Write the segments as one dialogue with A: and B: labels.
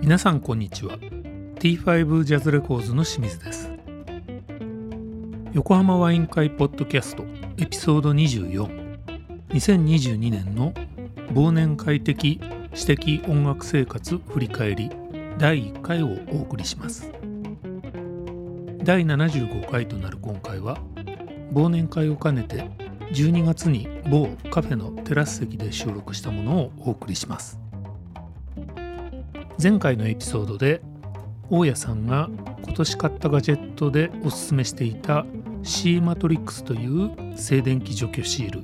A: 皆さんこんにちは T5 ジャズレコーズの清水です横浜ワイン会ポッドキャストエピソード242022年の忘年会的私的音楽生活振り返り第1回をお送りします第75回となる今回は忘年会を兼ねて12月に某カフェのテラス席で収録したものをお送りします前回のエピソードで大家さんが今年買ったガジェットでおすすめしていた C マトリックスという静電気除去シール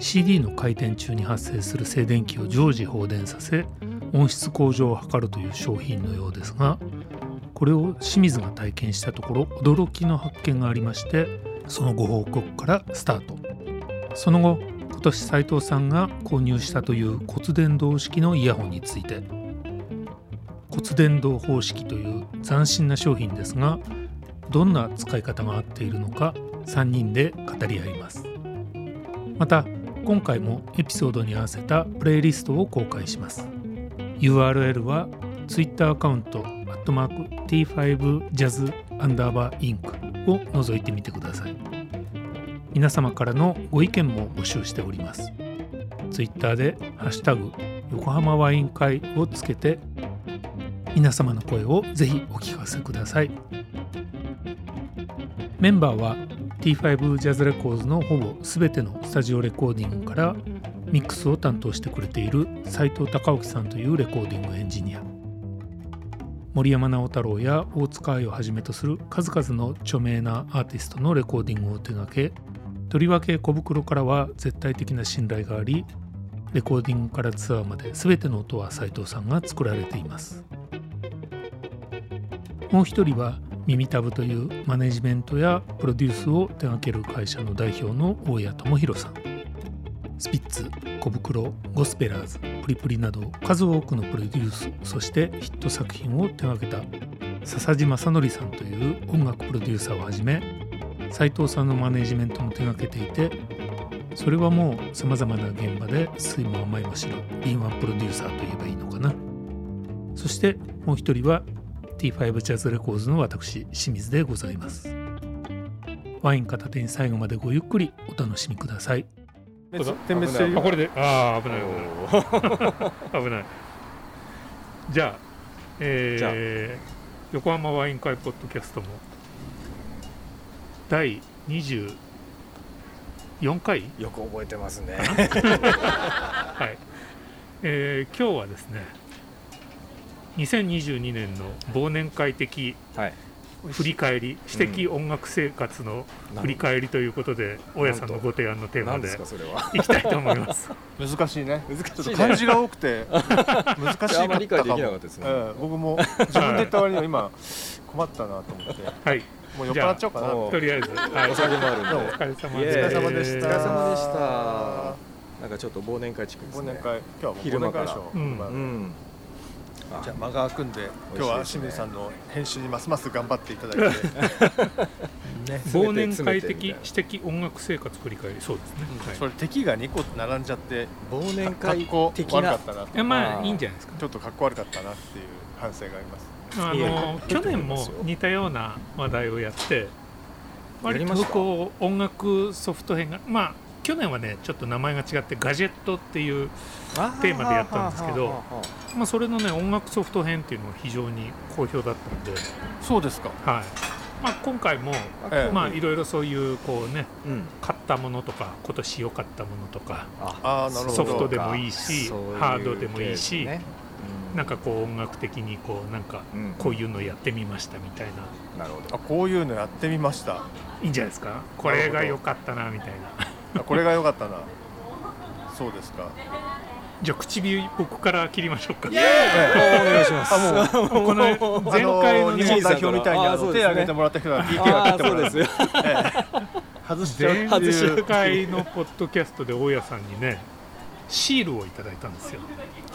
A: CD の回転中に発生する静電気を常時放電させ音質向上を図るという商品のようですがこれを清水が体験したところ驚きの発見がありましてそのご報告からスタートその後今年斉藤さんが購入したという骨伝導式のイヤホンについて骨伝導方式という斬新な商品ですがどんな使い方が合っているのか3人で語り合いますまた今回もエピソードに合わせたプレイリストを公開します URL は Twitter アカウント @t5jazz アンダーバーインクを覗いてみてください皆様からのご意見も募集しております Twitter でハッシュタグ横浜ワイン会をつけて皆様の声をぜひお聞かせくださいメンバーは T5 ジャズレコーズのほぼ全てのスタジオレコーディングからミックスを担当してくれている斉藤隆之さんというレコーディングエンジニア森山直太朗や大塚愛をはじめとする数々の著名なアーティストのレコーディングを手掛けとりわけ小袋からは絶対的な信頼がありレコーディングからツアーまで全ての音は斉藤さんが作られていますもう一人は耳タブというマネジメントやプロデュースを手掛ける会社の代表の大谷智弘さんスピッツ小袋ゴスペラーズプリプリなど数多くのプロデュースそしてヒット作品を手掛けた笹地正則さんという音楽プロデューサーをはじめ斉藤さんのマネジメントも手掛けていてそれはもうさまざまな現場で水も甘いも知る敏腕プロデューサーといえばいいのかなそしてもう一人は T5 ジャズレコーズの私清水でございますワイン片手に最後までごゆっくりお楽しみください
B: 点滅してる
C: あ
B: よ
C: これでああ危ない危ない危ないじ
B: じ
C: ゃあ,、
B: ゃあ
C: えー、横浜ワイン会ポッドキャストも第24回
B: よく覚えてますね
C: はい、えー、今日はですね2022年の忘年会的
B: はい
C: 振り返り私的音楽生活の振り返りということで大家さんのご提案のテーマ
B: 何で
C: です
B: かそれ は
C: いきたいと思います
D: 難しいね
B: 難し
D: ちょっ
B: い、
D: と
B: ね、
D: 漢字が多く て難しかっ
B: あんまり理
D: たか
B: 解できなか
D: も
B: ったですね、
D: ええ僕も自分で言った割には今困ったなと思って
C: はい
D: もう酔っ払っちゃおうかな
B: じゃあも
C: とりあえず、はい、
B: お酒もあるんで
C: お疲れ様
B: イエ
D: お疲
B: ー
C: で
D: れ
B: イ
D: 様でした
B: お疲れ様でしたなんかちょっと忘年会地区です
D: 忘
B: ね
D: 年会今日はもう
B: 昼
D: 忘
B: 間
D: 年
B: か
D: 会で
B: ら
D: しょ
C: うん
D: 今
B: うん
D: じゃあ間が空くんで今日は清水さんの編集にますます頑張っていただいてね
C: 忘年会
B: 詰めてみ
C: 的
B: たいな
C: 私的音楽生活振り返りそうですね、はい
D: それ敵が2個並んじゃって
B: 忘年会
D: 格好悪
B: 的
D: か
B: な
D: ったなと
C: えまあ
B: あー
C: いいんじゃないですか
D: ちょっと格好悪かったなっていう反省があります
C: あ
B: いや
C: の
B: いいと
C: 去
B: 思い
C: 年
B: ま
C: も
B: すよ
C: 似たような話題をやって
B: やり
C: 割
B: ま
C: と
B: した
C: こう音楽ソフト編がまあ去年はねちょっと名前が違ってガジェットっていう、テーマでやったんですけど
B: あーはーはーはーは
C: まあ、それのね音楽ソフト編っていうのが非常に好評だったんで、
D: そうですか
C: はいまあ、今回も
D: ええ
C: まあいろいろそういうこうね
B: ーうん
C: 買ったものとか今年良かったものとか
D: あーなるほど
C: ソフトでもいいし
B: そうう
C: ハードでもいいし
B: ケースねうん
C: なんかこう音楽的にこうなんか
B: うん
C: こういうのやってみましたみたいな
B: なるほど
D: あこういうのやってみました
C: いいんじゃないですかこれが良かったなみたいな
D: あこれが良かったなそうですか
C: じゃあ唇僕から切りましょうか
B: お願いします
D: あもう
C: この前回の
D: あ
C: ね
D: 日本代表みたいにあ
B: あーそ
D: の
B: う
D: 手
B: ですね
D: を挙げてもらった人が PK が
B: あ
D: 勝っ
B: あ
D: て
B: そ
D: も
B: う
D: ら
B: で
D: う
B: すよ
D: 外しちゃう
C: 前
D: っていう
C: 回のポッドキャストで大家さんにねシールをいただいたんですよ、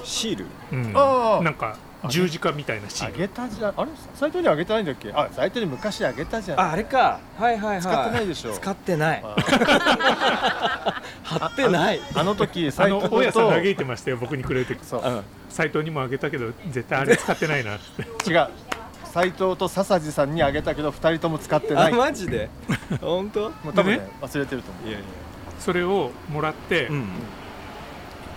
B: シール
C: うん、
D: あー
C: なんか十字架みたいなシ
D: あ
C: ール
D: げたじゃあれサイトにあげてないんだっけあサイトに昔あげたじゃん
B: ああれかはいはいはい
D: 使ってないでしょ
B: 使ってない
D: あ
B: 貼ってない
D: あの時
C: あ
D: 斎
C: の
D: 藤
C: 大家さん
D: と
C: 嘆いてましたよ僕にくれる時
D: そう
B: うん
C: 斎藤にもあげたけど絶対あれ使ってないなって
D: 違う斎藤と笹地さんにあげたけど二人とも使ってな
B: あ
D: いも
B: マジで本当
D: う多分ね
C: でね
D: 忘れてると思
B: いやいや
C: それをもらって、
B: ん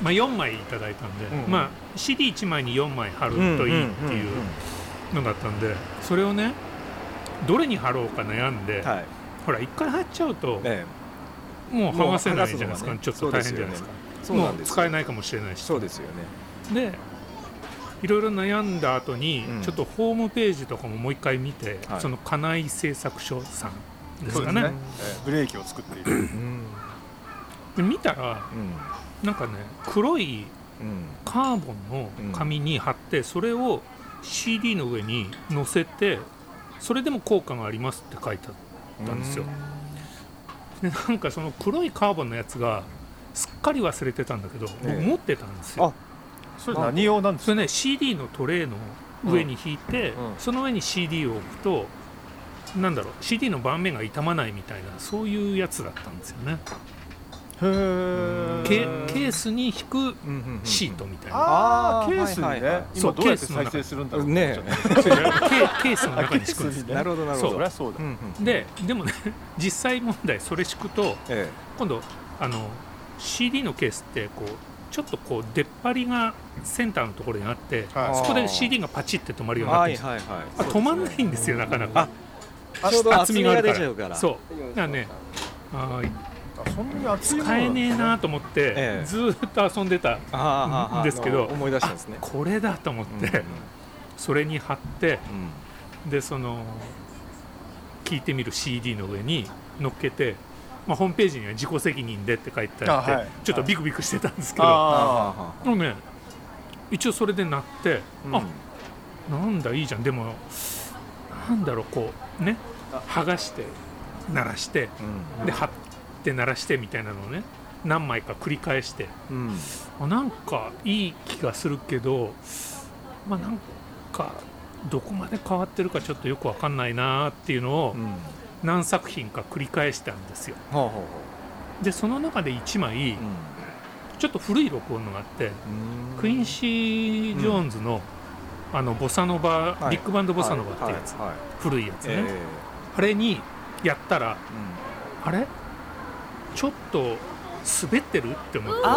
C: まあ、4枚いただいたんで、
D: うん
C: まあ、CD1 枚に4枚貼るといいっていうのだったんでそれをねどれに貼ろうか悩んで、
B: はい
C: ほら一回貼っちゃうと、
B: え
C: もう
B: え
C: 剥がせないじゃないですか、
B: もう
C: ちょっと大変じゃないですか
B: そう
C: も
B: な
C: うん
B: ですよ
C: 使えないかもしれないし
B: そうですよね
C: でいろいろ悩んだ後に、
B: うん
C: ちょっとホームページとかももう一回見て、
B: はい
C: その金井製作所さん
D: う
C: です
D: そう
C: か
D: ですね
C: ねで
D: えーブレーキを作っている
B: うん
C: 見たらなんかね黒い
B: うん
C: カーボンの紙に貼って、それを CD の上に載せてそれでも効果がありますって書いて あったんですよでなんかその黒いカーボンのやつがすっかり忘れてたんだけど、
B: え
C: 僕持ってたんですよ
D: それ何用なんです
C: それね CD のトレーの上に引いて、
B: うんうん
C: その上に CD を置くとなんだろう CD の盤面が傷まないみたいなそういうやつだったんですよね
D: かへー
C: ケケースに引く
B: うんうんうんうん
C: シートみたいな、
D: あ
B: あ
D: あ
B: ー
D: ケースにね、
B: はいはいはい
C: そう
D: 今どうやって
C: ケースの中
D: 再生するんだろう
B: ね
D: ちょっ
B: え
C: ケケースの中に敷くん
D: ケース
C: です
D: にね
B: なるほどなるほ
D: と
B: ど
D: そりゃそうだ
B: うんうん
C: ででもね実際問題それ敷くと
B: え
C: 今度あの CD のケースってこうちょっとこう出っ張りがセンターのところにあって
D: はい
C: そこ
B: あー
C: で CD がパチって止まる
B: え
C: ようになっ
B: は
C: て
B: い
C: るんですよ
B: はいはい
C: あ止まんないんですよなかなか
B: ちょうど厚みが
C: あ
B: 出
C: る
B: ちゃうから
C: そうだからねあー
D: あそんなに熱いもの
C: 使えねえなと思っ
B: え
C: て
B: え
C: ずーっと遊んでた
B: あーはーはーはー
C: ですけど
B: 思い出したんですね
C: あこれだと思ってそれに貼って
B: うん
C: でその聞いてみる CD の上に乗っけて、まあ、ホームページには自己責任でって書いてあって
D: あはい
C: ちょっとビクビクしてたんですけど、
D: あ
B: あ
C: でもね一応それで鳴って、あなんだいいじゃんでもなんだろうこうね剥がして鳴らしてで貼って鳴らしてみたいなのをね何枚か繰り返して
B: うん
C: あなんかいい気がするけどまあなんかどこまで変わってるかちょっとよくわかんないなーっていうのを
B: うん
C: 何作品か繰り返したんですよ
B: ほうほうほ
C: でその中で1枚
B: う
C: ちょっと古い録音のがあって
B: うん
C: クインシー・ジョーンズのあのボサノバ
B: はい
C: ビッグバンドボサノバってやつ
B: はいはい
C: 古いやつ
B: え
C: ねあれにやったらあれちょっと滑ってるって思ってま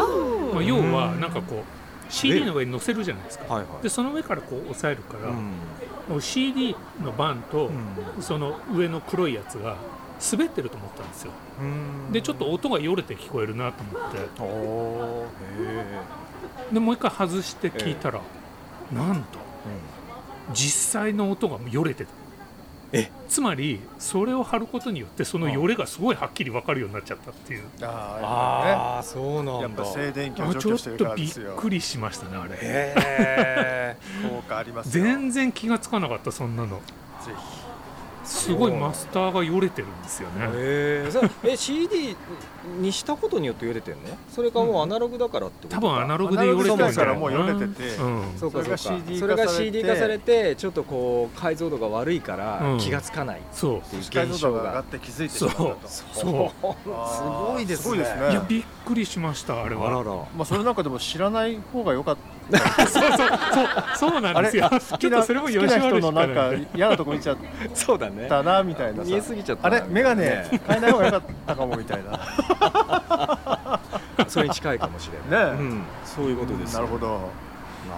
C: あ、要はなんかこう CD の上に載せるじゃないです
B: え
C: か
B: はいはい
C: でその上からこう押さえるから、
B: うん
C: もう CD の盤と、その上の黒いやつが滑ってると思ったんですよ
B: うん
C: でちょっと音がよれて聞こえるなと思って
B: おおへ
C: でもう一回外して聞いたら、なんと実際の音がよれてた
B: え
C: つまりそれを貼ることによってそのよれがすごいはっきり分かるようになっちゃったっていう
D: ーあ
B: ああそう
D: ー
B: な
D: やっ
B: ん
D: ぱ
B: だ
D: ねやっぱ静電気を
C: あ
D: 除
C: ちょ
D: 去
C: っ
D: してるか
C: と
D: らで
C: びっ
D: すよ
C: くりしましたねあれ
B: へえ
D: 効果ありますよ
C: 全然気がつかなかったそんなの
D: ぜ
C: すごいマスターがよれてるんですよね
B: へえそれえ CD にしたことによってよれてんのそれかもうアナログだからってこと
C: 多
B: か
C: 分アナログでよれてるんだよな
B: アナログだから
D: もうよれてて
C: うん
B: そうかそうか
D: それが CD
B: それが
D: 化されて
B: CD 化されてちょっとこう解像度が悪いから
C: うん
B: 気がつかないっ
C: そう
B: ていう
D: ひ解像
B: 現
D: 度
B: 象
D: が上が
B: が
D: って気づいてしまったと
C: そう
D: あー
B: すごいですね
D: すごいですね
C: いやびっくりしましたあれ
B: あ
C: は
B: らら
D: まあそれなんかでも知らない方が良かった
C: そうそうそうそうなんですよ
D: 好
C: ちょ
D: き
C: っと
D: な
C: それも
D: 好
C: よ
D: き
C: し
D: な
C: 悪
D: 人
C: し
D: の
C: かな
D: ないんか嫌なとこ見ちゃっ
B: そうだ ね
D: たなみたいなさ
B: 見えすぎちゃった
D: あ
B: な
D: れ眼鏡
B: ね
D: 変えない方が良かったかもみたいなね
B: それに近いかもしれない
D: え
B: うんそういうことです
D: なるほど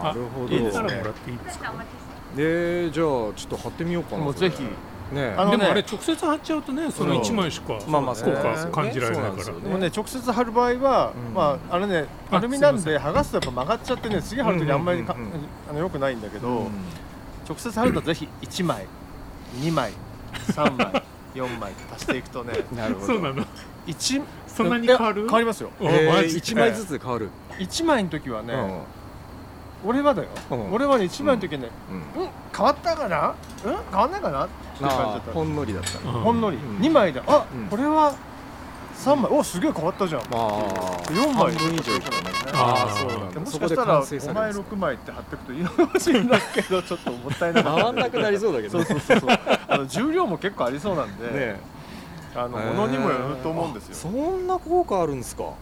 B: なるほど
D: いいです
C: だ
D: ね
C: からもらっていいですか
B: えーじゃあちょっと貼ってみようかな
D: もう
B: これ
D: ぜひ
B: ね
D: あの
C: でもあれ直接貼っちゃうとねその
B: うん
C: 一枚しか
B: まあまあ
C: 効果
D: そう
C: 感じられ
B: そ
C: ない
B: うなんです
C: か
B: よ
C: ら
D: でもね直接貼る場合は、
B: うん
D: まああれね
C: あ
D: アルミなん
C: すい
D: で剥がすとやっぱ曲がっちゃってね次貼る時あんまりか、
B: うんうんうん
D: あの良くないんだけど、
B: うん
D: 直接貼るとぜひ1枚2枚3枚4枚足していくとね
B: なるほど
C: そうなの
D: 一
C: そんなに変わ
D: い
C: る
D: や変わりますよ
C: お
B: え
C: マ
B: ー
C: ジ
B: 一枚ずつ変わる
D: 1枚の時は
B: う
D: ね、
B: ん
D: 俺はだよ、
B: うん
D: 俺はね1枚の時はね、
B: うん
D: うん、変わったかなうん変わんないかなっていう感じだ
B: あ
D: っ
B: ー
D: た
B: ほんのりだった
C: うん
D: ほんのり、
B: うん
D: 2枚であ、
B: うん
D: これは3枚、おすげえ変わったじゃん
B: あー
D: 4枚
B: 半分以上
C: あー
B: そうなん
D: で
B: だ
D: もし
B: そ
D: か
B: こ
D: した
B: で
D: ら
B: 完成さ
D: 5
B: れ
D: 枚
B: る
D: 6枚って貼ってくといいのかもしれないけどちょっともったいなかった
B: 回んなくなりそうだけど
D: そう
B: ね
D: そうそうそうあの重量も結構ありそうなんで、
B: ね
D: あのものにもよると思うんですよ
B: そんな効果あるんですか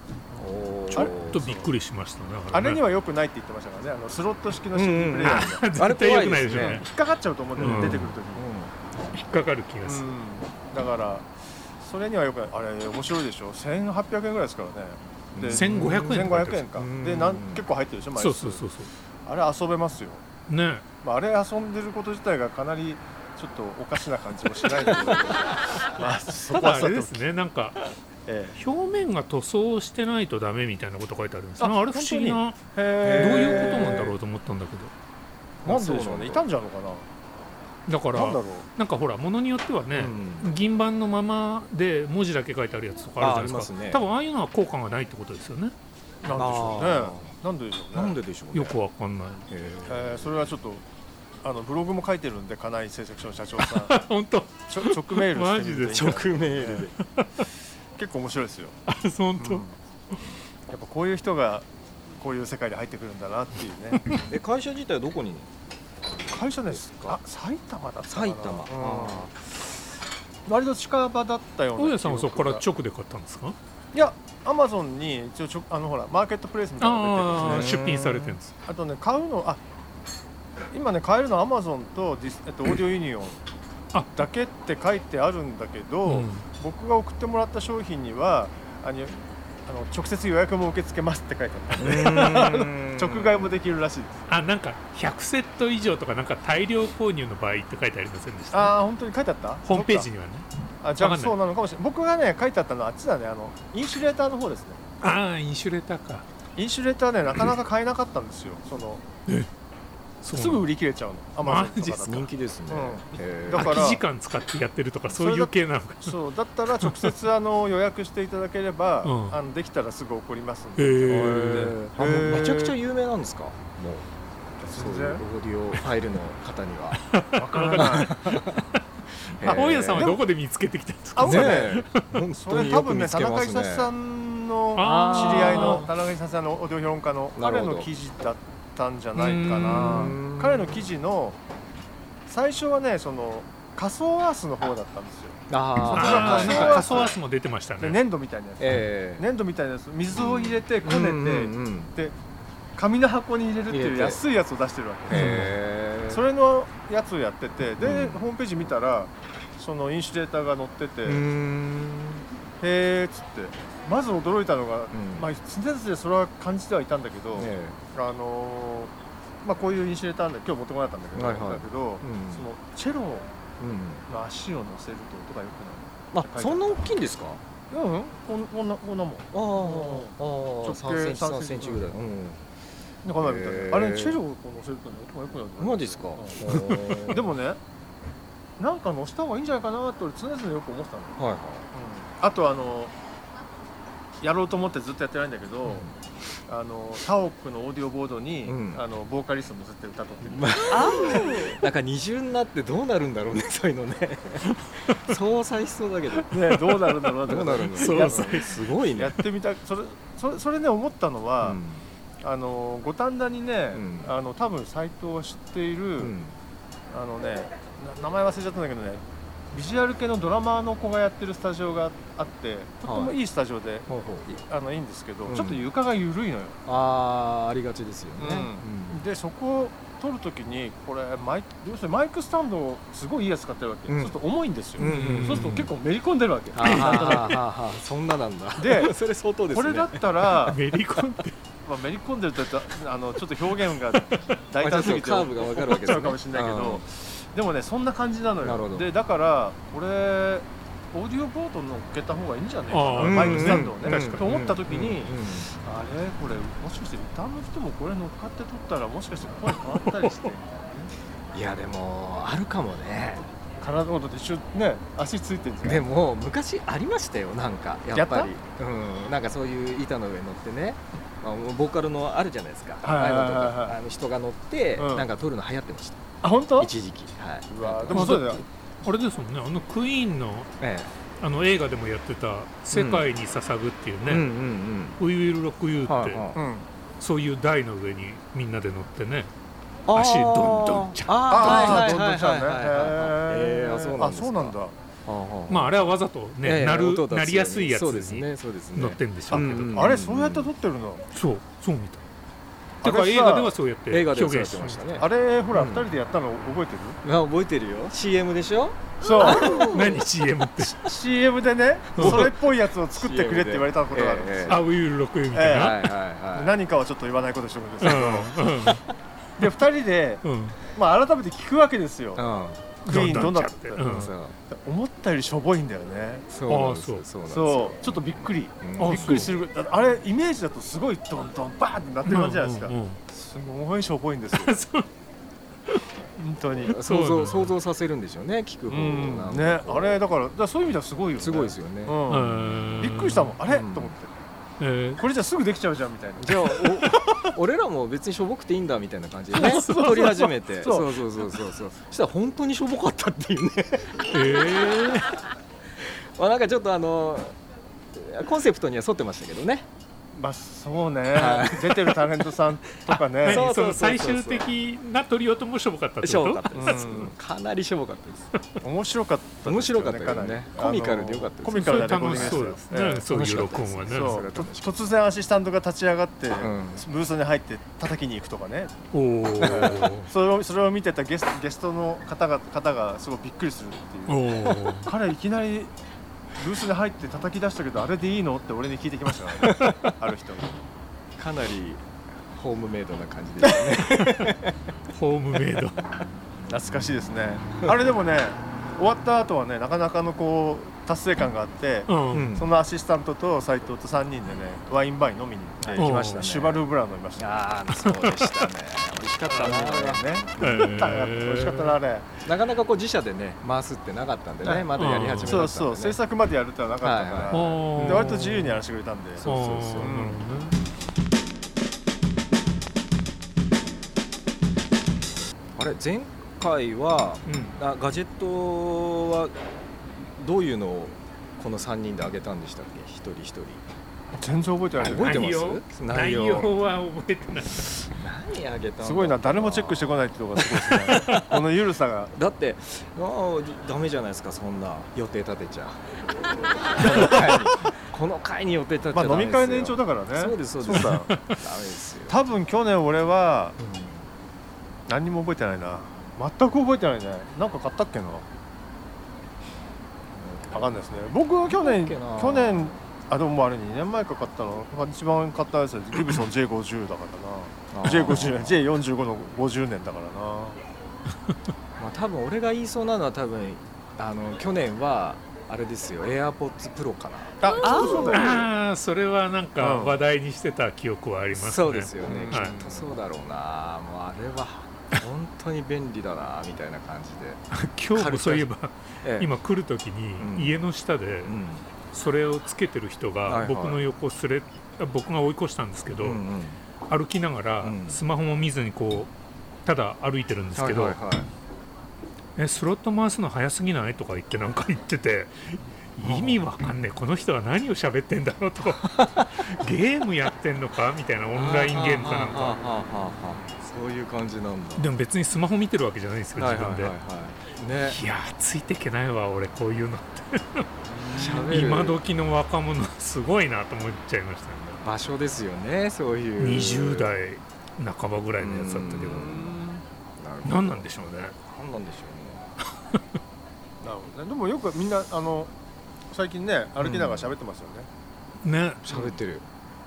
C: ちょっとびっく
B: り
C: りしましたね
D: あれに
C: は
D: は良くないって言ってましたからねあのスロット式の CD プレイヤーが
B: あれ
C: 絶対
B: 怖
C: 良
B: い
C: くない
B: で
C: ですしょう
B: ね
C: ね
D: 引っかかっちゃうと思って、
C: うん
D: 出てくるときに、
C: 引っかかる気がす
D: う
C: る、
D: んだからそれにはよくないあれ面白いでしょ1800円ぐらいですからねで
C: 1500円って書いて
D: 1500
C: あ
D: 円
C: る
D: か
B: うん
D: でなん結構入ってるでしょ毎
C: そう
D: 月
C: そうそうそ
D: あれ遊べますよ、
C: うね
D: まあ、あれ遊んでること自体がかなりちょっとおかしな感じもし ないのでまあそ
C: た
D: こは
C: だ
D: さ
C: あ
D: てお
C: れ
D: き
C: ですねなんか
D: え
C: 表面が塗装してないとダメみたいなこと書いてあるんですね
D: あ
C: あれ不思議な
D: え
C: どう
D: へー
C: いうことなんだろうと思ったんだけ
D: なんででしょうね傷んじゃうのか
C: どだか
D: ななんだ
C: ら
D: ろう
C: なんかほらものによってはね、銀盤のままで文字だけ書いてあるやつとかあるじゃないですか
B: あありますね
C: 多分ああいうのは効果がないってことですよね
D: なんでしょうね
B: あ
D: なんででしょうね
B: なんででしょうね
C: よくわかんない
B: えー
D: えーそれはちょっとあのブログも書いてるんで金井製作所の社長さん
C: 本当
D: ちょ 直メールしてみるといいんじゃない
B: 直メールで
D: 結構面白いですよ
C: あ本当、
D: うんやっぱこういう人がこういう世界に入ってくるんだなっていうね
B: え会社自体はどこに
D: 会社ですかあ埼玉だったかな
B: 埼玉
D: うん
B: あ
D: 割と近場だったような
C: 大家さんはそこから
D: 記憶
C: 直で買ったんですか
D: がいやアマゾンに一応ちょあのほらマーケットプレイスみたいなの
C: あ
D: が出てるん
C: あ
D: ですね
C: 出品されてるんです
D: あとね買うのあ今ね買えるのアマゾンとディス、えっと、オーディオユニオン
C: あ
D: だけって書いてあるんだけど、
C: うん
D: 僕が送ってもらった商品にはあのあの直接予約も受け付けますって書いてある直買いもできるらしいです
C: あなんか100セット以上とかなんか大量購入の場合って書いてありませんでした
D: ああ本当に書いてあった
C: ホームページにはね
D: あじゃ
C: わ
D: あ
C: かんない
D: そうなのかもしれない僕がね書いてあったのはあっちだねあのインシュレーターの方ですね
C: ああインシュレーターか
D: インシュレーターねなかなか買えなかったんですよその
C: そう
D: すぐ売り切れちゃうのアマゾンとかだ
C: マジっす
D: と
B: 人気ですね
D: うん
B: へー
D: だから
C: 空き時間使ってやってるとかそういう系なのか
D: そうだったら直接あの予約していただければ、
C: うん
D: あのできたらすぐ送りますん
C: へ
D: で、
C: え
B: あもうめちゃくちゃ
D: い
B: 有名なんですかもうそう
D: 全
B: いうオーディオファイルの方に は
D: 然わからない
B: へー
C: 大家さんはどこで見つけてきたんです
D: あ
C: か
D: 僕
B: ね
D: は
B: え本
D: そ
B: 当
D: れ
B: に
D: 多
B: よく
D: 分ね
B: 見つ
D: 田
B: けま
D: 中
B: すね
D: 久志さんの
C: あ
D: 知
C: ー
D: り合いの田中久志さんのオーディオ評論家の
B: なる
D: 彼
B: ほど
D: の記事だったんじゃないか
C: う
D: な
B: ーん
D: 彼の記事の最初はねその仮想アースの方だったんですよ
B: あ
C: あ
B: あ
C: ー
D: 僕
C: なん
D: は
C: か
D: はい
C: 仮想アースも出てました
D: で
C: ね
D: 粘土みたいなやつ、
B: ええ
D: 粘土みたいなやつ水を入れてこ
B: うんうん
D: ね
B: うん
D: てで紙の箱に入れるって
B: 入
D: い
B: れ
D: う
B: て
D: 安いやつを出してるわけですよ
B: へえ
D: それのやつをやっててで、
B: うん
D: ホームページ見たらそのインシュレーターが載ってて、
B: うー
D: へ
B: ん
D: えっつってまず驚いたのが、
B: ん
D: まあ、常々それは感じてはいたんだけど、
B: え
D: あのーまあ、こういうインシュレーターなんで今日持ってこなかったんだけど、
B: はいはい
D: だけど、そ
B: ん
D: のチェロ
B: えうん
D: の足を乗せると音が良く
B: あそんな大きいんですか
D: なるうんこんこんなこんなもん
B: ああ
D: 直径
B: 直3センチ3センチぐらい、
D: う
B: うん、
D: なんかないみたいな、
B: へえ
D: あれチェロをこう乗せるとね音が良くなるんだよ
B: マジですか、
D: う
B: うん
D: んでもねなんか乗せた方がいいんじゃないかなって俺常々よく思ってたの
B: はいはい
D: あとあのやろうと思ってずっとやってないんだけど、あのタオックのオーディオボードに、
B: うん
D: あのボーカリスト乗せて歌とってる、
B: なんか二重になってどうなるんだろうね そういうのね相殺しそうだけど
D: ね、どうなるんだろうなと
B: ど
D: か
B: うなるんだ
C: そう
B: ろう
C: そう
B: すごい
D: や
B: ね
D: ってみたそれそれそれね思ったの
B: う
D: は、
B: ん
D: あの五反田にね、
B: うん
D: あの多分斎藤を知っている、
B: うん
D: あのねな名前忘れちゃったんだけどねビジュアル系のドラマーの子がやってるスタジオがあってとってもいいスタジオで、
B: ほうほう
D: あのいいんですけど、
B: うん
D: ちょっと床が緩いのよ
B: あーありがちですよね、
D: うんでそこを撮るときにこれマイ要するにマイクスタンドをすごいいいやつ買ってるわけ、
B: うん
D: そうすると重いんですよ、
B: うんうんうん
D: そうすると結構めり込んでるわけ、
B: あーはーはーはーそんななんだ
D: で
B: それ相当です
D: こ
B: ね
D: れだったら、
C: めり込んで
D: まあ、めり込んでると言ったらあのちょっと表現が大胆すぎて
B: まあちょっとカーブが分かるわけです
D: 怒っちゃ
B: ね
D: うかもしれないけどでもねそんな感じなのよ
B: なるほど
D: でだからこれオーディオボード乗っけた方がいいんじゃないか
C: あ
D: な
C: ー
D: マイクスタンドを
C: う
D: ね、
C: んうん確かに
D: と思った時に、
B: うんうん
D: あれこれもしかして歌の人もこれ乗っかって撮ったらもしかして声変わったりして
B: いやでもあるかもね
D: 体ごとで一緒ね足ついてるんじゃない
B: でも昔ありましたよなんかやっぱりうん、なんかそういう板の上に乗ってね、まあ、ボーカルのあるじゃないですか、
D: はいはいはいはい
B: ああうのとかあの人が乗って、
D: うん
B: なんか撮るの流行ってました
D: あ本当
B: 一時期はいう
D: わーで
B: なんか
D: もそうだよ
C: あれですもんねあのクイーンの
B: え
C: あの映画でもやってた「世界に捧ぐ」っていう
B: え、うんうん
C: ね「We Will Rock You」
B: うんは
C: っ
B: い
C: て
B: は
D: う
B: い
D: ん
C: そういう台の上にみんなで乗ってね
B: あー
C: 足ドンドン
B: あーはいはいはいはいはい
D: ー
B: はいはいはいええあそうなんです
D: あ
B: か
D: そうなんだ
C: ま
B: あ
C: ああれはわざとね、なるなりやすいやつ
B: そうです
C: に
B: ねそうですね
C: 乗ってんでしょうけど、
B: うん
D: あれそうやって撮ってるの
C: そうそうみたい
D: あれ
C: だから
D: さ
C: 映画ではそうやっ
B: 映
C: て
B: 画で
C: 表
B: もそうや
C: 現
B: っ
C: して
B: まし
C: てましたた
B: ね
D: あれほら
C: うん
D: 二人でやったの覚えてる
B: あ覚えてるよ CM でしょ
D: そう
C: 何 CM って
D: CM でね
C: うん
D: それっぽいやつを作ってくれって言われたことがあるんですよ
B: えええ
C: あウイル6みたい
B: はい
C: な、
B: はいは
D: 何かはちょっと言わないことにしておくんですけ
C: う
D: どで二人で
C: んうんうん
D: まあ改めて聞くわけですよ
B: い
D: クイーンどんなだっ
C: どん
B: う
C: なんん
B: そう
D: 思ったよりしょぼいんだよね
B: そうなんですよ
C: ああ
B: そうなんですよ
D: そうちょっとびっくり
B: うん
D: びっくりするぐらいだってあれイメージだとすごいドンドンバーンってなってる感じじゃないですか
C: うんうんうん
D: すごいしょぼいんですよ
C: そ
D: 本
C: う
D: 当に
C: そう
B: 想
C: なん
B: 像
C: だ
B: 想像させるんでしょうね聞く
D: う
B: 方もなんん
D: ね
B: かこう
D: あれだからだからそういう意味ではすごいよね
B: すごいですよね
D: うん
C: うん
D: びっくりしたもんあれ
B: うん
D: と思って
C: えー
D: これじゃすぐできちゃうじゃんみたいな
B: じゃあお 俺らも別にしょぼくていいんだみたいな感じでね
D: そうそうそう
B: 撮り始めて
D: そ
B: そううそうそうそうそうそしたら本当にしょぼかったっていうね
C: えー
B: まあなんかちょっとあのコンセプトには沿ってましたけどね
D: まあそうね出てるタレントさんとか ね
B: そうそうそう
C: 何そ
B: そう
C: の最終的な取り音もしょぼかったって
B: しょぼか
C: こ
B: ったです、かなりしょぼかったです
D: 面白かった
B: 面白かったよね
D: かなり
B: コミカルでよかったです
D: コ
C: と
D: ミカルなレコー
C: 楽
D: ディ
C: し
D: ン
C: そう
D: グ
C: で
D: ですす
C: ね、
D: よ
C: そういう録音はね
B: 楽
D: そ
B: しかった
D: う
B: です
D: と突然アシスタントが立ち上がって、
B: ん
D: ブースに入って叩きに行くとかね
C: おー
D: それをそれを見てたゲスゲストの方が方がすごいびっくりするっていう
C: おー
D: 彼いきなりブースに入って叩き出したけどあれでいいのって俺に聞いてきましたから ねある人が
B: かなりホームメイドな感じでしたね
C: ホームメイド
D: 懐かしいですねあれでもね終わった後はねなかなかのこう達成感があって、
C: うん、
B: うん
D: そのアシスタントと斎藤と3人でねワインバーに飲みに行って
C: 行きましたね
D: シュバルブラン飲みました
B: ああそうでしたね美味しかったな
D: ね
C: えー
D: 美味しかったなあれ
B: なかなかこう自社でね回すってなかったんでね、
D: はい
B: まだやり始め
D: そ
B: ま
D: う
B: し
D: そう
B: た
D: 制
B: んで、ね、
D: 作までやるってのはなかったから、
B: はい
C: おー
D: で割と自由にやらせてくれたんで
B: そうそうそう
D: う
C: あー
D: ん
C: なるほどね
B: あれ前回はあガジェットはどういうのをこの3人であげたんでしたっけ一人一人
D: 全然覚えてない
B: 覚えてます内
C: 内容内
B: 容
C: 容は覚えてない
B: 何あげたんだ
D: すごいな誰もチェックしてこないってとこがすごいですねこのゆるさ が
B: だってああダメじゃないですかそんな予定立てちゃこの回に予定立てち
D: ま
B: ゃ
D: あ
B: ダ
D: 飲
B: メ
D: み
B: です
D: 会
B: よ
D: の延長だからね
B: そうですそう です
D: だ
B: ダメですよ
D: 多分去年俺は何にも覚えてないな全く覚えてないねなんか買ったっけな分かんないですね僕は去年
B: 買ったっけな
D: 去年あでももうあれ2年前か買ったの一番買ったやつはギブソン J50 だからな J50 J45 の50年だからな
B: まあ、多分俺が言いそうなのは多分あの去年はあれですよ AirPods Pro かな
D: あそうだよね
C: ああそれはなんか話題にしてた記憶はありますね
B: そうですよね、
D: うん
B: きっとそうだろうなもうあれは本当に便利だなみたいな感じで、
C: 今日もそういえば
B: ええ
C: 今来る時
B: うん
C: に家の下で
B: うん
C: それをつけてる人
B: はいは
C: が
B: い
C: 僕の横すれあ僕が追い越したんですけど
B: うんうん
C: 歩きながら
B: うん
C: スマホも見ずにこうただ歩いてるんですけど
B: はいはいはい
C: えスロット回すの早すぎないとか言ってなんか言って て意味わかんねえこの人は何を喋ってんだろう とかゲームやってんのかみたいなオンラインゲームかなん
B: はあは
C: か
B: あはあはあはあそういう感じなんだ
C: でも別にスマホ見てるわけじゃないんですよ
B: はい
C: 自
B: はい
C: 分
B: はい
C: で
B: はいね
C: いやーついていけないわ俺こういうのって
B: 喋る
C: 今時の若者すごいなと思っちゃいましたね
B: 場所ですよねそういう
C: 20代半ばぐらいのやつだったけど
B: ど
C: 何なんでしょうね
B: 何なんでしょう
D: なる
B: ね
D: ほどねでもよくみんなあの最近ね歩きながら喋ってますよね、
C: ね
B: 喋ってる、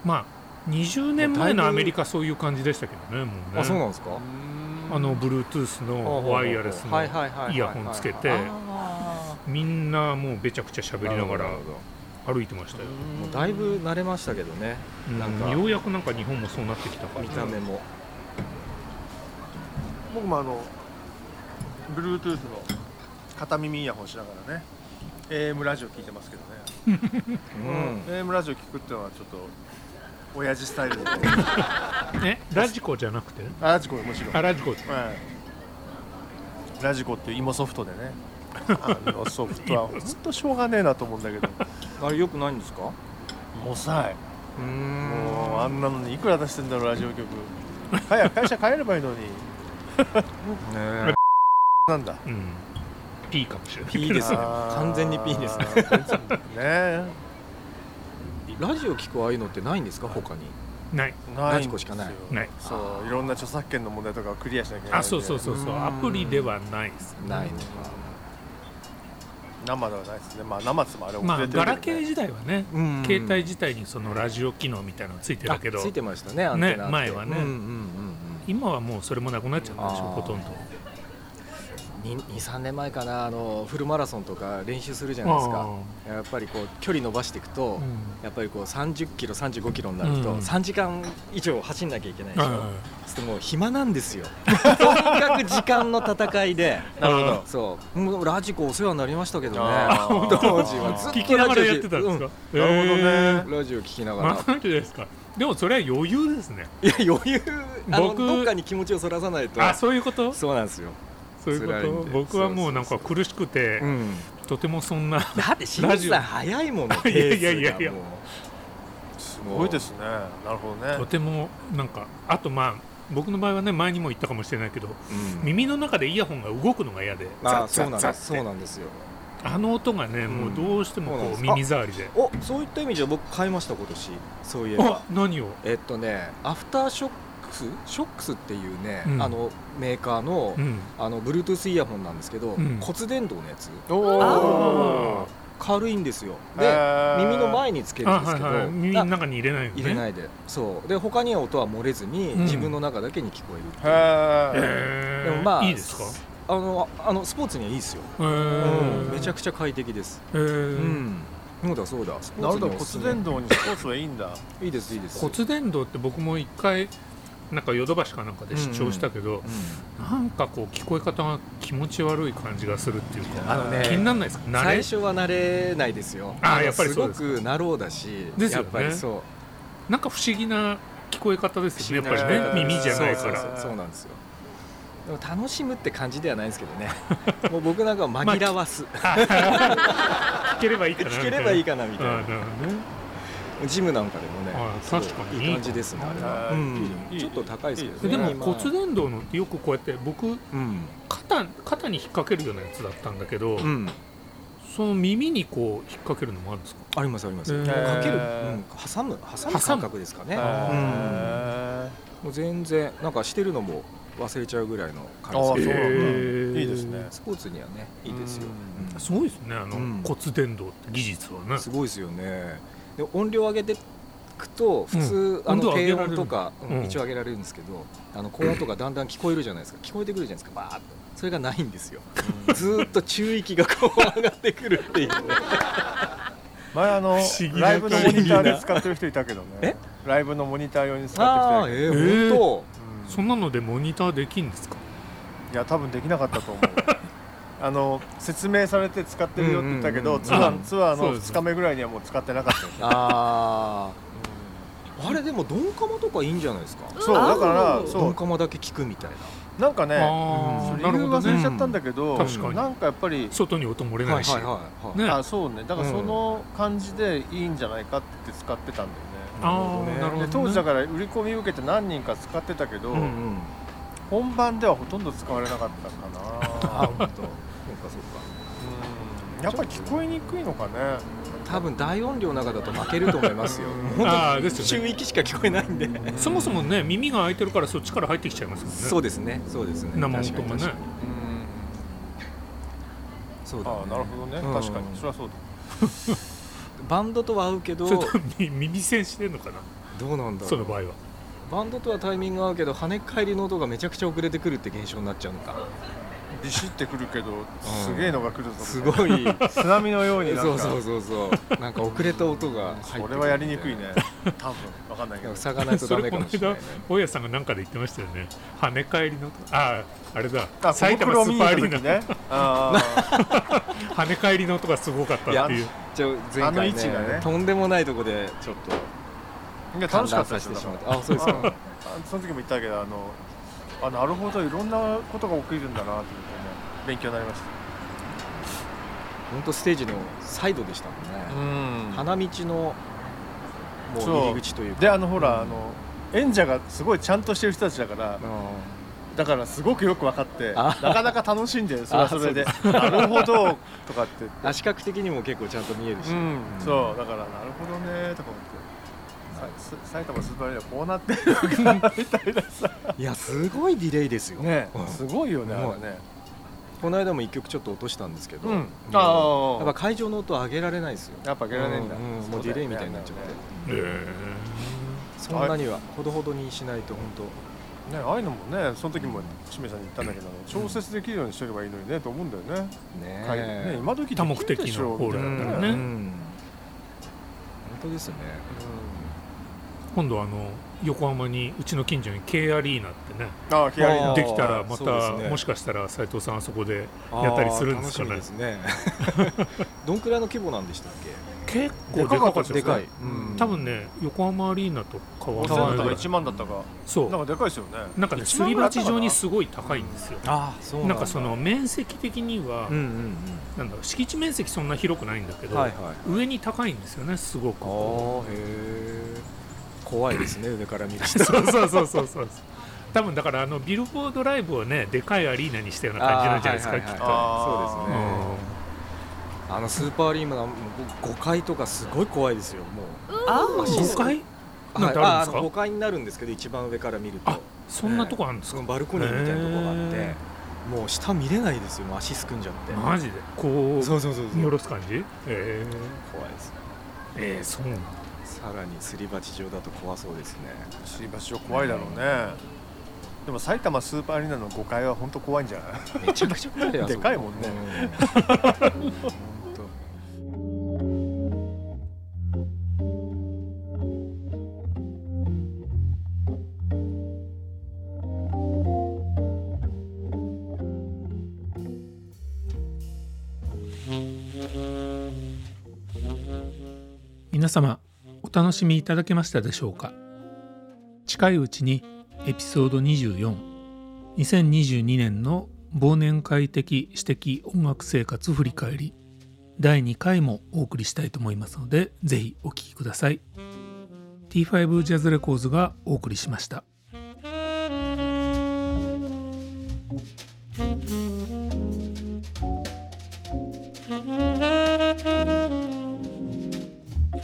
C: まあ20年前のアメリカそういう感じでしたけどねもうね
B: あそうなんですか
C: あの Bluetooth のワイヤレスのイヤホンつけて
B: あ
C: みんなもうべちゃくちゃ
B: ー
C: 喋りなが
B: る
C: ら
B: ほども
C: 歩いてましたよ、
B: うだいぶ慣れましたけどね
C: うん
B: なんか
C: ようやくなんか日本もそうなってきたから
B: 見た目も
D: 僕もあの Bluetooth の片耳イヤホンしながらね AM ラジオ聞いてますけどね、
B: うん
D: AM ラジオ聞くってのはちょっと親父スタイルで
C: えラジコじゃなくて
D: あ ラジコもちろん、
C: あラジコ
D: はいラジコっていう芋ソフトでねあのソフト は本当しょうがねえなと思うんだけど
B: あれよくないんですか
D: もさいもうあ
B: ん
D: んなのにいくら出してんだろうラジオ局早く会社帰ればいいのに
B: ね
D: なんだ
C: うん P かもしれない
B: P ですね
D: あー
B: 完全に P ですね
D: ね
B: ラジオ聞くああいうのってないんですか他に
C: ない
D: ないんです
B: 何
D: よ
B: 個しかない
C: ない
D: そういろんな著作権の問題とかをクリアしなきゃいけないん
C: あ
D: で
C: そうそうそうそううんアプリではないです
B: ないの
D: 生ではないですねまあ生っつってもあれ遅れ
C: ま
D: て
C: あ
D: るけど
C: ガ
D: ね
C: ラケー時代はね
B: うん
C: 携帯自体にそのラジオ機能みたいなのついて
B: あ
C: たけど
B: ついてましたねアンテナって
C: 前はね
B: うんうん
C: 今はもうそれもなくなっちゃったでしょ
B: あー
C: ほとん
B: う
C: ど
B: んうん23年前かなあのフルマラソンとか練習するじゃないですかやっぱりこう距離伸ばしていくと、
C: あーうん
B: やっぱりこう30キロ35キロになると
C: うん
B: 3時間以上走んなきゃいけないでしょ、
C: あ
B: ちょっともう暇なんです よとにかく時間の戦いで
D: なるほど
B: そうもうラジコお世話になりましたけどね
D: あー
B: 当時はず
C: ー
B: っと
C: 聞きながらやってたんですか
B: うんなるほどね
C: へ、ー
B: ラジオ聞きながら、
C: まあなんでですかでもそれは余裕ですね
B: いや余裕あの
C: 僕
B: どっかに気持ちをそらさないと
C: あそういうこと
B: そうなんですよ、
C: そういう
B: 辛い
C: こ
B: ん
C: と
B: で
C: 僕はもうなんか苦しくて
B: ん、
C: とてもそんな
B: だって清水さん早いもんねペースが
C: いやいやいやいや
B: もう
D: すごいですねなるほど
C: と
D: ね
C: てもなんかあとまあ僕の場合はね前にも言ったかもしれないけど
B: うん
C: 耳の中でイヤホンが動くのが嫌で
B: まあ
C: ザ
B: そ
C: ッ
B: う
C: ザ
B: な
C: ッ
B: ん
C: ザ
B: で
C: ッって
B: すそうなんですよ
C: あの音がね
B: ん
C: もうどうしても
B: そう
C: こ
B: なん
C: う
B: です
C: 耳障りで
B: おそういった意味じゃ僕買いました今年そういえば
C: あ何を
B: えっとねアフターショックスショックスっていうね、
C: うん
B: あのメーカーの、
C: うん
B: あの Bluetooth イヤホンなんですけど、
C: うん
B: 骨伝導のやつ
D: お
C: あ
B: 軽いんですよ
D: へ
B: で
D: ー
B: 耳の前につける
C: あ
B: んです
C: は
B: け
C: い
B: ど、
C: はい耳の中に入れないよね
B: 入れないでそうで他には音は漏れずに、
C: うん
B: 自分の中だけに聞こえるっていう
D: へえ
B: で
C: へー
B: もまあ
C: いいですか
B: あのああのスポーツにはいいですよ、
C: へー
B: うんめちゃくちゃ快適です
C: へー
B: うんそうだそうだスポ
D: な
B: ー
D: るほ
B: ツに
D: ど
B: はおすす
D: 骨
B: め
D: 伝導にスポーツはいいんだ
B: いいですいいです
C: 骨伝導って僕も一回なんかヨドバシかなんかで視聴したけど、
B: うん
C: なんかこう聞こえ方が気持ち悪い感じがするっていうか
B: あのね
C: 気にならないですか慣
B: 最
C: れ
B: 初は慣れないですよ
C: あーやっぱりそうです
B: すごくなろうだし
C: です
B: や
C: よね
B: っぱりそう
C: なんか不思議な聞こえ方ですよねやっぱり
D: 不思議な
C: ね耳じゃないか
B: そうそう
C: ら
B: そうそうなんですよでも楽しむって感じではないんですけど ねもう僕なんかは紛らわす、
C: 聞ければいいかなみ た
B: 聞
C: いな
B: ければいいかなみ
C: あ
B: たい
C: ーな
B: な
C: るほどね
B: ジムなんかでもね
C: ああ
B: すごい
C: 確かに
B: いい感じですねあれは、
D: う
B: うんん、ちょっと高いですけど
C: で
B: ね
C: でも
B: 今
C: 骨伝導のってよくこうやって僕
B: うん、
C: 肩肩に引っ掛けるようなやつだったんだけど、
B: うん、
C: その耳にこう引っ掛けるのもあるんですか
B: ありますあります、
C: へー
B: かける、う
D: へー
B: ん、挟む挟む感覚ですかね
D: へー
B: もう全然なんかしてるのも忘れちゃうぐらいの感
D: ああ
B: じ
D: そうなんだ
B: で
C: へえ
D: いいですね
B: スポーツにはねいいですよ、
D: うん
B: うん
C: すごいですねあの、
B: うん
C: 骨伝導って技術はね
B: すごいですよねで音量上げてくと普通、
C: うん
B: あ
C: 温度
B: の
C: 上げ
B: 低
C: られる
B: 音とか、うん
C: うん
B: 一応上げられるんですけどあの高音とかだんだん聞こえるじゃないですか聞こえてくるじゃないですかバーッとそれがないんですよずーっと注意域がこう上がってくる っていうね
D: 前あの
C: 不思議な
D: ライブのモニターで使ってる人いたけど
B: え
D: ねライブのモニター用に使
B: あ
D: ってき
B: ーえ
C: え
B: ー、
C: ー
B: 本
D: た
C: そんなのでモニターできんですか
D: いや多分できなかったと思うあの説明されて使ってるよって言ったけど、
B: うんうんうん
D: ツア
C: あ
D: ーツアー
C: そう
D: の
C: です
D: 2日目ぐらいにはもう使ってなかったよ
B: 当あああれでもドンカマとかいいんじゃないですか
D: そうだから
B: ドン
D: そ
B: カマだけ聞くみたいな
D: うなんかね
C: あ
D: そ
C: あ
D: れ
C: なる
D: 理由
C: ほど
D: 忘れ
C: ね
D: ちゃったんだけど、
C: 確かに
D: なんかやっぱり、
C: 外に音漏れないし、
B: はいはいはい、
C: ね
D: あそうねだから
B: うん
D: その感じでいいんじゃないかって使ってたんだ
C: ああな
D: よ
C: るほ
D: ね、
C: ど、ね、
D: で当時だ
C: か
D: から売り込み受けて何人か使ってたけど、
B: うんうん
D: 本番ではほとんど使われなかったか
B: あ
D: な、
B: 本当そうかそうか
D: うん、やっぱ聞こえにくいのかね
B: 多分大音量の中だと負けると思いますよ。
C: ああですよ
B: 中
C: ね
B: 域しか聞こえないんで。
C: そもそもね耳が開いてるからそっちから入ってきちゃいますもんね
B: そうですね。そうですね。
C: 生音も
B: 確
C: ね
B: かに確かにそうだ、ね
D: あ。あなるほどね、
B: うん
D: 確かにそれはそうだ
B: バンドとは合うけど、
C: それ
B: ど
C: とみ耳栓してんのかな
B: うなんだろう。
C: その場合は
B: バンドとはタイミング合うけど、跳ね返りの音がめちゃくちゃ遅れてくるって現象になっちゃ うのか。
D: ビシってくるけどすげえのが来るぞ
B: す
D: み たいな
B: ごい。
D: 津波のようになんか
B: そうそうそうそう。なんか遅れた音が入ってくる
D: それはやりにくいね。多分わかんないけど
B: 下がないと
C: そ
B: ダ
C: れ
B: メ
C: こ
B: か
C: の
B: もしれない
C: 間
B: ね。
C: 大家さんが何かで言ってましたよね跳ね返りの音あああれだ
D: あ
C: 埼玉スーパーアリーナ、
D: ねあー
C: 跳ね返りの音がすごかったってい
B: いうじゃあ前
D: あの位
B: 回
D: 置が
B: ね
D: ね
B: とんでもないとこでちょっと
D: いや楽しかったで
B: さ
D: す
B: せ
D: よ
B: て
D: だから
B: しまった。あ、そうですか。
D: あその時も言ったけどあのあなるほどいろんなことが起きるんだなと思ってね勉強になりまし
B: 本当ステージのサイドでしたもんね。
D: たうん
B: 花道のもう入り口というか
D: であのほらあの演者がすごいちゃんとしてる人たちだから
B: あ
D: だからすごくよく分かってな
B: あ
D: かなか楽しんでるそれはそれで
B: あ
D: なるほどとかって
B: あ視覚的にも結構ちゃんと見えるし、
D: うんそうだからなるほどねとか思ってさす埼玉スーパーアリーナこうなってる のかみたいなさ
B: いやすごいディレイですよ、
D: ね
B: うん
D: すごいよねあれね
B: この間も1曲ちょっと落としたんですけど、
D: うん
B: も
D: ああ
B: やっぱ会場の音上げられないですよ
D: やっぱゲラねえんだ
B: うんうんもうディレイみたいになっちゃって、
C: え
B: そんなにはほどほどにしないと本
D: ねああいうのもねその時もしめさんに言ったんだけど調節できるようにしてればいいのにねと思うんだよね
B: 当ね
D: 会ね今時でき
C: 多
D: る
C: 目的
D: でしょ
C: のホールだったら
B: う
C: ね、
B: ん本当ですね、
C: 今度あの横浜にうちの近所に K アリーナってね
D: ああ気軽に
B: あー
C: できたらま
B: そうです
C: た、
B: ね
C: もしかしたら斉藤さんあそこでやったりするんですかね
B: あー楽しみですねどんくらいの規模なんでしたっ
C: 結構でかかったですよ
B: けでかい、
D: うん
C: 多分ね横浜アリーナと変わ
D: 5000
C: ら
D: だっ
C: ない
D: た
C: ぐ
D: から
C: い
D: 1万だったか
C: そ
D: なん
C: う
D: かでかいですよね
C: なんかね
D: 1
C: す
D: 万
C: り
D: ぐらい
C: 鉢状にすごい高いんですよ
B: ああそう
C: なんかその面積的には、
B: うんうん
C: なんだろう敷地面積そんな広くないんだけ
B: うん
C: ど、
B: はいはい
C: 上に高いんですよねすごく
B: ああへえ怖いですね上から見る人
C: そうそうそうそうそう多分だからあのビルボードライブをねでかいアリーナにしたような感じなんじゃないです か
B: あー
C: き
B: は
C: っ
B: い
C: と、
B: はいはい
C: うん
B: そうですねあのスーパーアリーナも5階とかすごい怖いですよもうあ
C: 5階なんてあるんですか
B: 5階になるんですけど一番上から見る
C: あ
B: と
C: そんなとこあるんです
B: そ
C: か、
B: のバルコニーみたいなとこがあって
C: へ
B: もう下見れないですよもう足すくんじゃって
C: マジでこう
B: そうそうそうそう
C: 見下ろす感じえ
B: 怖いですね
C: ー、えー、そうなんだ
B: さらにすり鉢状だと怖そうですね
D: すり鉢状怖いだろうねでも埼玉スーパーアリーナの5階は本当怖いんじゃない
B: めちゃくちゃ怖いよ
D: でかいもんね
B: うんほんと
A: 皆様お楽しみいただけましたでしょうか近いうちにエピソード242022年の忘年会的私的音楽生活振り返り第2回もお送りしたいと思いますのでぜひお聴きください T5 ジャズレコーズがお送りしました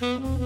E: 「